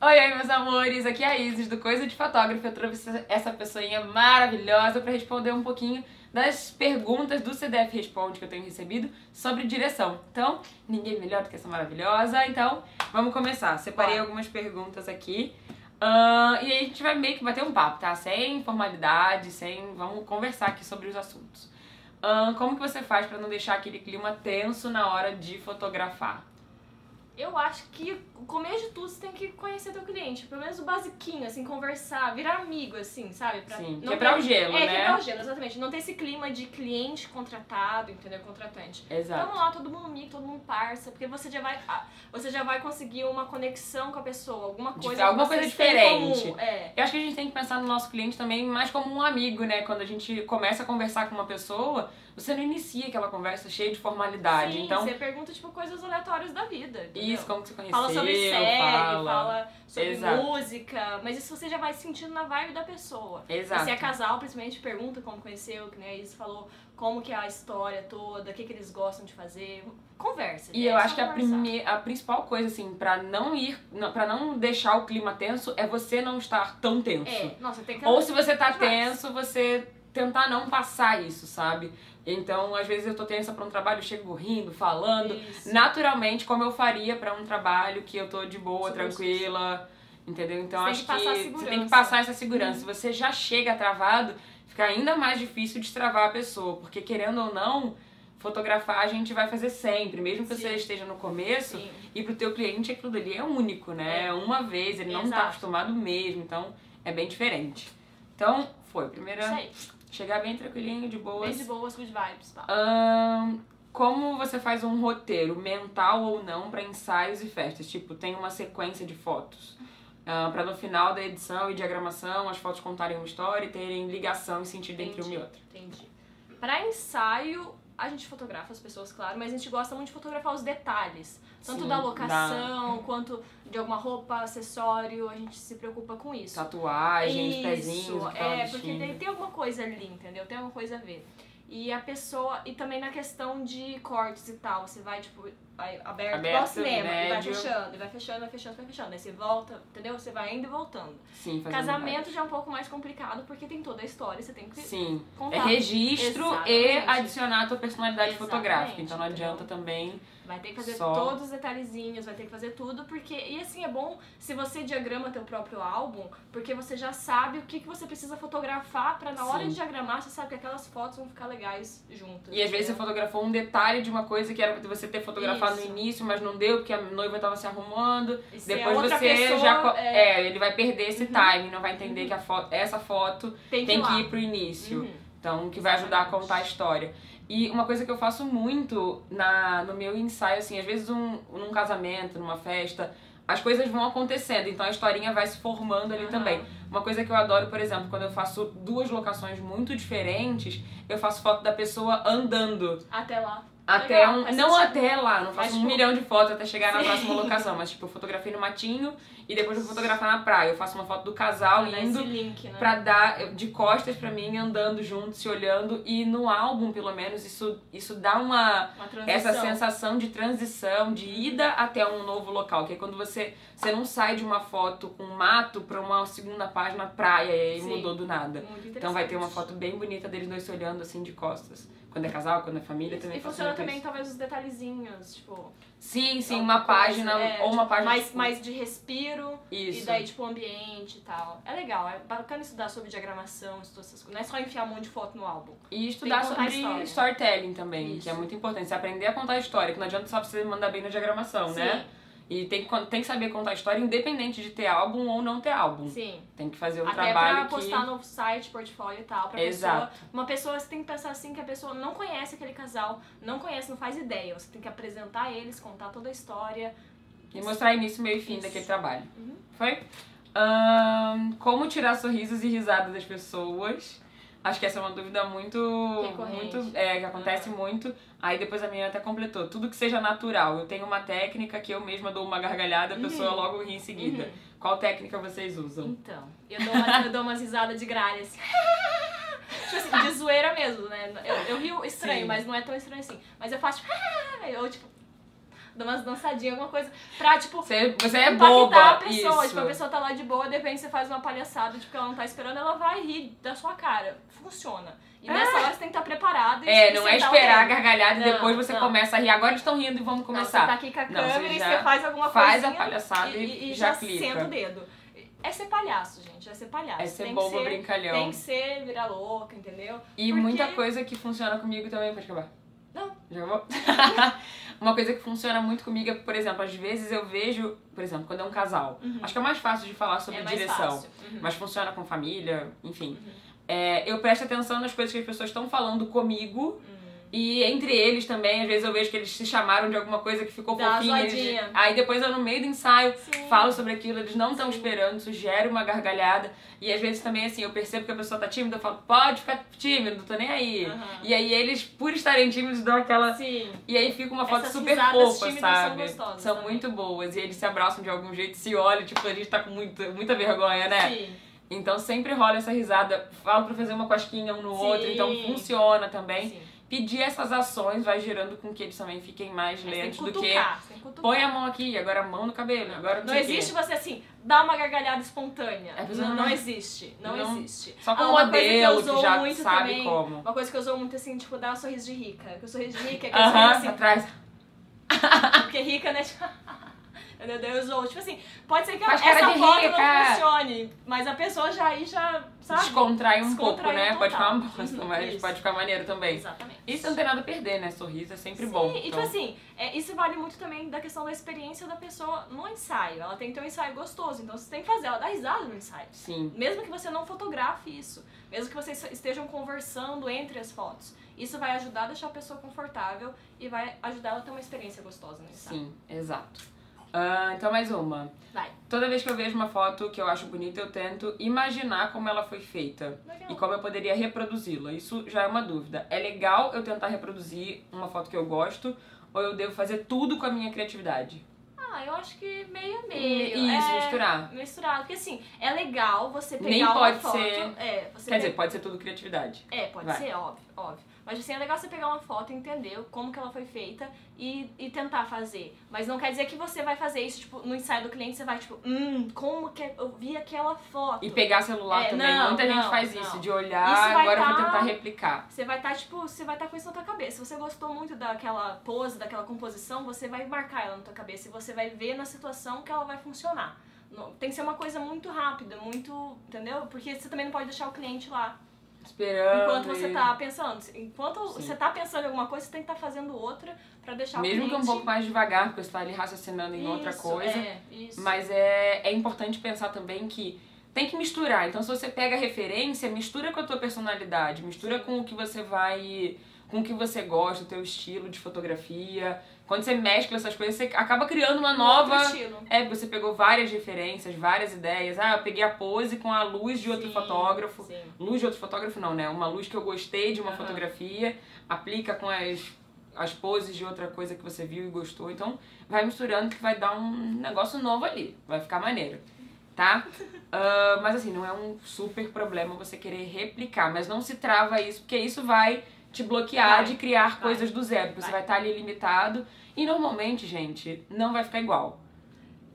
Oi, oi, meus amores! Aqui é a Isis do Coisa de Fotógrafo. Eu trouxe essa pessoinha maravilhosa para responder um pouquinho das perguntas do CDF Responde que eu tenho recebido sobre direção. Então, ninguém melhor do que essa maravilhosa. Então, vamos começar. Separei Bora. algumas perguntas aqui. Ahn, e aí a gente vai meio que bater um papo, tá? Sem formalidade, sem. Vamos conversar aqui sobre os assuntos. Ahn, como que você faz para não deixar aquele clima tenso na hora de fotografar? Eu acho que o começo de tudo você tem que conhecer teu cliente, pelo menos o basiquinho, assim, conversar, virar amigo, assim, sabe? Pra Sim, não quebrar ter- o gelo, É, né? quebrar o gelo, exatamente. Não ter esse clima de cliente contratado, entendeu? Contratante. Exato. Vamos lá, todo mundo amigo, todo mundo parça, porque você já vai, ah, você já vai conseguir uma conexão com a pessoa, alguma Dif- coisa que alguma vocês coisa têm em diferente. comum, É. Eu acho que a gente tem que pensar no nosso cliente também mais como um amigo, né? Quando a gente começa a conversar com uma pessoa, você não inicia aquela conversa cheia de formalidade. Sim, então, você pergunta, tipo, coisas aleatórias da vida. entendeu? isso, como que você conheceu? Fala sobre série, fala, sobre Exato. música, mas isso você já vai sentindo na vibe da pessoa. Exato. Se é casal, principalmente pergunta como conheceu, que né, isso falou como que é a história toda, o que, que eles gostam de fazer. Conversa. E né? eu É só acho que a, conversar. prime... a principal coisa, assim, pra não ir, não- pra não deixar o clima tenso, é você não estar tão tenso. É, nossa, tem que Ou se você tá Demais. tenso, você tentar não passar isso, sabe? Então, às vezes eu tô tensa pra um trabalho, eu chego rindo, falando, Isso. naturalmente como eu faria pra um trabalho que eu tô de boa, Super tranquila, entendeu? Então Você tem acho que passar a você tem que segurança. Uhum. passar essa segurança. Se você já chega travado, fica ainda mais difícil destravar a pessoa, porque querendo ou não, fotografar a gente vai fazer sempre, mesmo que você Sim. esteja no começo. Sim. E pro teu cliente aquilo dali é único, né? É uma vez, ele não tá Exato. acostumado mesmo, então é bem diferente. Então, foi. Primeiro, Isso aí. chegar bem tranquilinho, de boas. Bem de boas, good vibes, pá. Ahn, como você faz um roteiro, mental ou não, pra ensaios e festas? Tipo, tem uma sequência de fotos. Ahn, pra no final da edição e diagramação, as fotos contarem uma história e terem ligação e sentido entre uma e Entendi. outra. Entendi. Pra ensaio, a gente fotografa as pessoas, claro, mas a gente gosta muito de fotografar os detalhes. Tanto Sim, da locação, quanto de alguma roupa, acessório, a gente se preocupa com isso. Tatuagens, pezinhos, Isso, aquela é, porque listinha. tem, tem alguma coisa ali, entendeu? Tem alguma coisa a ver. E a pessoa, e também na questão de cortes e tal, você vai, tipo, vai aberto, igual Aberto, cinema, e vai médio. fechando, e vai fechando, vai fechando, vai fechando. Aí você volta, entendeu? Você vai indo e voltando. Sim, fazendo Casamento já é um pouco mais complicado, porque tem toda a história, você tem que Sim. contar. É registro e Exatamente. adicionar a tua personalidade Exatamente, fotográfica. Então não entendeu? adianta também. Vai ter que fazer Só. todos os detalhezinhos, vai ter que fazer tudo, porque. E assim, é bom se você diagrama teu próprio álbum, porque você já sabe o que, que você precisa fotografar pra na hora Sim. de diagramar, você sabe que aquelas fotos vão ficar legais juntas. E às vezes você entendeu? fotografou um detalhe de uma coisa que era pra você ter fotografado Isso. no início, mas não deu, porque a noiva tava se arrumando. E se é Depois outra você pessoa, já. co- é, É... ele vai perder esse Uhum. time, não vai entender que a foto, essa foto tem, tem que que ir, ir pro início. lá. Uhum. Então, que vai ajudar a Exatamente. contar a história. E uma coisa que eu faço muito na, no meu ensaio, assim, às vezes um, num casamento, numa festa, as coisas vão acontecendo, então a historinha vai se formando ali Aham. também. Uma coisa que eu adoro, por exemplo, quando eu faço duas locações muito diferentes, eu faço foto da pessoa andando. Até lá. Até Legal, um. faz Não sentido. até lá, não Mas, faço um tipo, milhão de fotos até chegar na sim. próxima locação, mas tipo, eu fotografei no matinho e depois eu vou fotografar na praia. Eu faço uma foto do casal pra dar indo esse link, né? Tá Pra dar de costas pra mim, andando junto, se olhando. E no álbum, pelo menos, isso, isso dá uma. Uma transição. Uhum. Essa sensação de transição, de ida até um novo local. Que é quando você, você não sai de uma foto com um mato pra uma segunda página praia e aí Sim. mudou do nada. Muito Então vai ter uma interessante. foto bem bonita deles dois se olhando assim de costas. Quando é casal, quando é família, também E faço funciona muito também, isso. talvez, os detalhezinhos, tipo. Sim, sim, alguma uma coisa, página é, ou uma tipo, página. Mais, tipo, mais de respiro. Isso. E daí, tipo, o ambiente e tal. É legal, é bacana estudar sobre diagramação, estudar essas coisas. Não é só enfiar um monte de foto no álbum. E estudar Tem que contar sobre história. storytelling também, que é Isso. muito importante. Você aprender a contar história, que não adianta só você mandar bem na diagramação, né? E tem que, con- tem que saber contar história independente de ter álbum ou não ter álbum. Sim. Tem que fazer um Até pra trabalho postar que... no site, portfólio e tal. Pra Exato. pessoa. Uma pessoa, você tem que pensar assim que a pessoa não conhece aquele casal, não conhece, não faz ideia. Você tem que apresentar eles, contar toda a história. E mostrar início, meio e fim Isso. daquele trabalho. Uhum. Foi? Ahn, como tirar sorrisos e risadas das pessoas? Acho que essa é uma dúvida muito. Recorrente. muito é, que acontece muito. Aí depois a menina até completou. Tudo que seja natural. Eu tenho uma técnica que eu mesma dou uma gargalhada, a pessoa Uhum. logo ri em seguida. Uhum. Qual técnica vocês usam? Então, eu dou, uma, eu dou umas risadas de gralha, assim. tipo assim, de zoeira mesmo, né? Eu, eu rio estranho, Sim. mas não é tão estranho assim. Mas eu faço, tipo, ou tipo, dá umas dançadinhas, alguma coisa, pra, tipo, Você, você é impactar boba. a pessoa. Isso. Tipo, a pessoa tá lá de boa, de repente você faz uma palhaçada, tipo, que ela não tá esperando, ela vai rir da sua cara. Funciona. E nessa hora você tem que estar preparada e É, e não é sentar o esperar a dedo. gargalhada e Não, depois você não. começa a rir. Agora eles estão rindo e vamos Não, começar. Você tá aqui com a Não, câmera você e já você faz alguma Faz a coisinha palhaçada e, e, e já, já, clica. senta o dedo. É ser palhaço, gente. É ser palhaço. É ser tem boba, que ser, brincalhão. Tem que ser virar louca, entendeu? E Porque- muita coisa que funciona comigo também pode acabar. Não. Já vou? Uma coisa que funciona muito comigo é, por exemplo, às vezes eu vejo, por exemplo, quando é um casal. Uhum. Acho que é mais fácil de falar sobre é mais direção. fácil. Uhum. Mas funciona com família, enfim. Uhum. É, eu presto atenção nas coisas que as pessoas estão falando comigo. Hum. E entre eles também, às vezes eu vejo que eles se chamaram de alguma coisa que ficou Dá uma fofinha. eles- zoadinha. Aí depois eu, no meio do ensaio, Sim. falo sobre aquilo, eles não estão Sim. esperando, isso gera uma gargalhada. E às vezes também, assim, eu percebo que a pessoa tá tímida, eu falo, pode ficar tímido, não tô nem aí. Aham. E aí eles, por estarem tímidos, dão aquela. Uhum. Sim. E aí fica uma foto Essas super risadas fofa, tímidas são sabe? gostosas São também. muito boas. E eles se abraçam de algum jeito, se olham, tipo, a gente tá com muito, muita vergonha, né? Sim. Então sempre rola essa risada. Falo pra fazer uma cosquinha um no Sim. outro, então funciona também. Sim. Pedir essas ações vai gerando com que eles também fiquem mais Mas tem que lentos do que. cutucar. Tem que cutucar. Põe a mão aqui, agora a mão no cabelo, agora Não sei o quê. existe você assim, dar uma gargalhada espontânea. É, não, não- não existe. Não, não- existe. Só com Ah, um uma coisa que eu modelo que, zoo já muito sabe também, como. Uma coisa que eu uso muito assim, tipo, dar um sorriso de rica. Que o sorriso de rica é aquele Aham, sorriso assim, atrás. porque rica, né? Tipo, Meu Deus, eu zoo. Tipo assim, pode ser que Faz essa cara de foto rica. é. não funcione, mas a pessoa já aí já, sabe? Descontrai um pouco, Descontrai né? total. Pode ficar uma bosta, Uhum, mas isso. pode ficar maneiro também. Exatamente. Isso não tem nada a perder, né? Sorriso é sempre Sim, bom. E tipo então. assim, é, isso vale muito também da questão da experiência da pessoa no ensaio. Ela tem que ter um ensaio gostoso, então você tem que fazer ela dar risada no ensaio. Sim. Mesmo que você não fotografe isso, mesmo que vocês estejam conversando entre as fotos, isso vai ajudar a deixar a pessoa confortável e vai ajudar ela a ter uma experiência gostosa no ensaio. Sim, exato. Ah, então mais uma. Vai. Toda vez que eu vejo uma foto que eu acho bonita, eu tento imaginar como ela foi feita Legal. e como eu poderia reproduzi-la. Isso já é uma dúvida. É legal eu tentar reproduzir uma foto que eu gosto ou eu devo fazer tudo com a minha criatividade? Ah, eu acho que meio a meio. Isso, é, misturar. Misturado, porque assim, é legal você pegar Nem uma pode foto. ser- É, você Quer pe- dizer, pode ser tudo criatividade. É, pode Vai. ser, óbvio, óbvio. Mas assim, é legal você pegar uma foto, e entender como que ela foi feita e, e tentar fazer. Mas não quer dizer que você vai fazer isso, tipo, no ensaio do cliente, você vai, tipo, hum, como que eu vi aquela foto? E pegar celular É, também. não, Muita gente não, faz não. isso, de olhar, Isso vai agora eu vou tá- tentar replicar. Você vai estar, tipo, você vai estar com isso na tua cabeça. Se você gostou muito daquela pose, daquela composição, você vai marcar ela na tua cabeça e você vai ver na situação que ela vai funcionar. Não- tem que ser uma coisa muito rápida, muito. Entendeu? Porque você também não pode deixar o cliente lá. Esperando. Enquanto você e- tá pensando. Enquanto Sim. você tá pensando em alguma coisa, você tem que estar fazendo outra pra deixar Mesmo que um o cliente. pouco mais devagar, porque você tá ali raciocinando em outra Isso, coisa. É, isso. Mas é, é importante pensar também que tem que misturar. Então, se você pega a referência, mistura com a tua personalidade, mistura com o que você vai. com o que você gosta, o teu estilo de fotografia. Quando você mescla essas coisas, você acaba criando uma Um nova. outro estilo. É, porque você pegou várias referências, várias ideias. Ah, eu peguei a pose com a luz de outro Sim, fotógrafo. Sim. Luz de outro fotógrafo não, né? Uma luz que eu gostei de uma Aham. fotografia, aplica com as, as poses de outra coisa que você viu e gostou. Então, vai misturando que vai dar um negócio novo ali. Vai ficar maneiro, tá? Ah, mas assim, não é um super problema você querer replicar. Mas não se trava isso, porque isso vai te bloquear Vai, de criar vai, coisas do zero. Porque você vai vai. estar ali limitado. E normalmente, gente, não vai ficar igual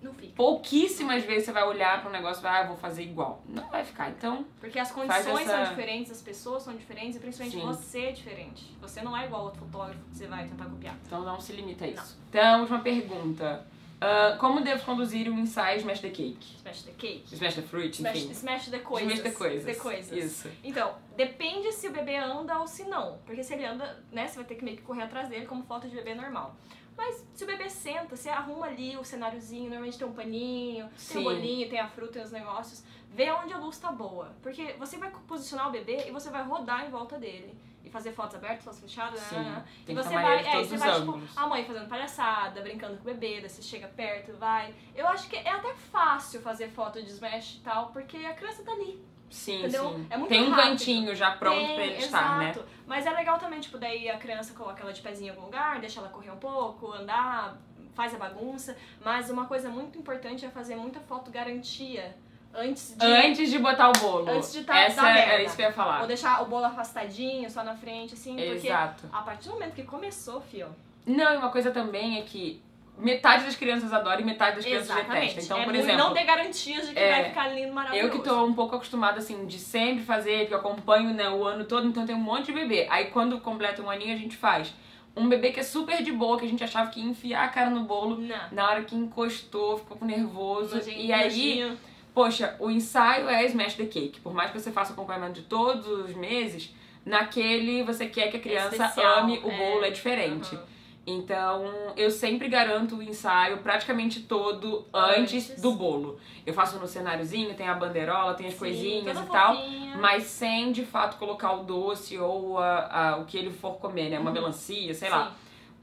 Não fica. pouquíssimas vezes você vai olhar para um negócio e vai, ah, vou fazer igual. Não vai ficar. Então, Porque as Faz condições essa- são diferentes, as pessoas são diferentes e principalmente Sim. você é diferente. Você não é igual outro fotógrafo que você vai tentar copiar. então não se limita a isso. Então, última pergunta. Ah, como devo conduzir um ensaio Smash the Cake? Smash the cake. Smash the Fruit, Smash, enfim. smash the coisas. Smash the coisas. The coisas. Isso. Então, depende se o bebê anda ou se não. Porque se ele anda, né, você vai ter que meio que correr atrás dele como foto de bebê normal. Mas se o bebê senta, você arruma ali o cenáriozinho, normalmente tem um paninho, tem Sim. um bolinho, tem a fruta, tem os negócios. Vê onde a luz tá boa. Porque você vai posicionar o bebê e você vai rodar em volta dele. E fazer fotos abertas, fotos fechadas, Sim. né? Tem e que você estar maneiro vai, de é, todos você os vai tipo, ângulos. a mãe fazendo palhaçada, brincando com o bebê, daí você chega perto, vai. Eu acho que é até fácil fazer foto de smash e tal, porque a criança tá ali. Sim, Entendeu? sim. É muito Tem um rápido. cantinho já pronto Tem, pra ele estar, né? exato. Mas é legal também, tipo, daí a criança coloca ela de pezinho em algum lugar, deixa ela correr um pouco, andar, faz a bagunça. Mas uma coisa muito importante é fazer muita foto garantia antes de. Antes de botar o bolo. Antes de tá- Essa é, tá era merda. isso que eu ia Ou falar. deixar o bolo afastadinho, só na frente, assim, porque Exato. a partir do momento que começou, fio. Não, e uma coisa também é que metade das crianças adora e metade das crianças Exatamente. detesta. Então, é por muito- exemplo, não dê garantias de que é, vai ficar lindo, maravilhoso. eu que tô um pouco acostumada, assim, de sempre fazer, porque eu acompanho, né, o ano todo, então tem um monte de bebê. Aí quando completa um aninho, a gente faz. Um bebê que é super de boa, que a gente achava que ia enfiar a cara no bolo. Não. Na hora que encostou, ficou com nervoso. Nojinho, e aí, nojinho. poxa, o ensaio é Smash the Cake. Por mais que você faça acompanhamento de todos os meses, naquele você quer que a criança especial, ame o é. bolo, é diferente. Uhum. Então, eu sempre garanto o ensaio praticamente todo antes, Antes. do bolo. Eu faço no cenáriozinho, tem a bandeirola, tem as Sim, coisinhas e toda tal. fofinha. Mas sem, de fato, colocar o doce ou a- a- o que ele for comer, né? Uma Uhum. melancia, sei Sim. lá.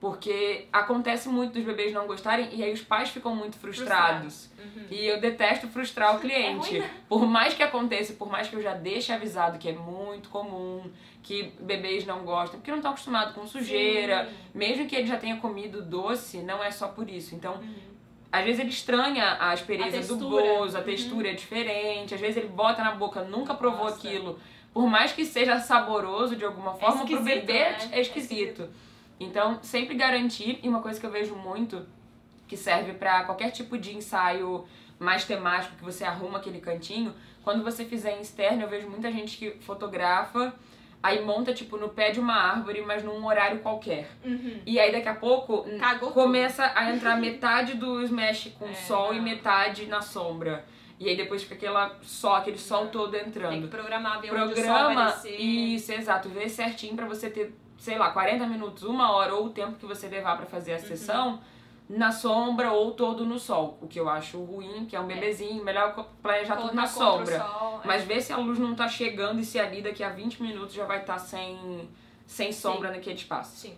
Porque acontece muito dos bebês não gostarem e aí os pais ficam muito frustrados. Uhum. E eu detesto frustrar o cliente. É ruim, né? Por mais que aconteça, por mais que eu já deixe avisado que é muito comum, que bebês não gostam, porque não estão acostumados com sujeira. Sim. Mesmo que ele já tenha comido doce, não é só por isso. Então, Uhum. às vezes ele estranha a experiência A do textura. bozo, a Uhum. textura é diferente, às vezes ele bota na boca, nunca provou Nossa. aquilo. Por mais que seja saboroso de alguma forma, pro esquisito, bebê né? é esquisito. Então, sempre garantir, e uma coisa que eu vejo muito, que serve pra qualquer tipo de ensaio mais temático, que você arruma aquele cantinho, quando você fizer em externo, eu vejo muita gente que fotografa, aí monta, tipo, no pé de uma árvore, mas num horário qualquer. Uhum. E aí, daqui a pouco, Cagou começa a entrar metade do Smash com É, sol e não. metade na sombra. E aí depois fica aquela só, aquele sol todo tudo. Tem que entrando. programar, ver onde o sol né? vai Programa descer. isso, exato, vê certinho pra você ter, sei lá, 40 minutos, uma hora ou o tempo que você levar pra fazer a Uhum. sessão na sombra ou todo no sol, o que eu acho ruim, que é um bebezinho, melhor co- planejar tudo na Colocar contra o sombra. sol, é. Mas vê se a luz não tá chegando e se ali daqui a 20 minutos já vai estar sem sem sombra naquele espaço. Sim.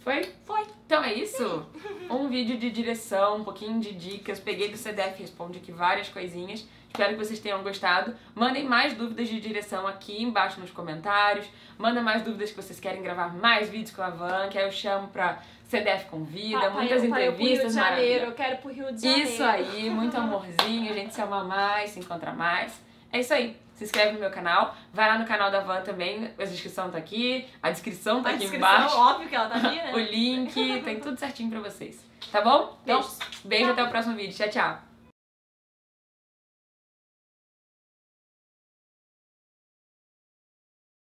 Foi? Foi. Então é isso? Um vídeo de direção, um pouquinho de dicas. Peguei do CDF Responde aqui várias coisinhas. Espero que vocês tenham gostado. Mandem mais dúvidas de direção aqui embaixo nos comentários. Manda mais dúvidas que vocês querem gravar mais vídeos com a Van, que aí eu chamo pra CDF Convida, Pa- pa- muitas Tá, eu- pa- eu pro Rio de entrevistas Janeiro, maravilhosas. eu quero pro Rio de Janeiro. Isso aí, muito amorzinho, a gente se ama mais, se encontra mais. É isso aí. Se inscreve no meu canal, vai lá no canal da Van também, a descrição tá aqui, a descrição tá A aqui descrição, embaixo é óbvio que ela tá ali, né? o link, tem tudo certinho pra vocês. Tá bom? Então, Beijos. beijo até o próximo vídeo. Tchau, tchau.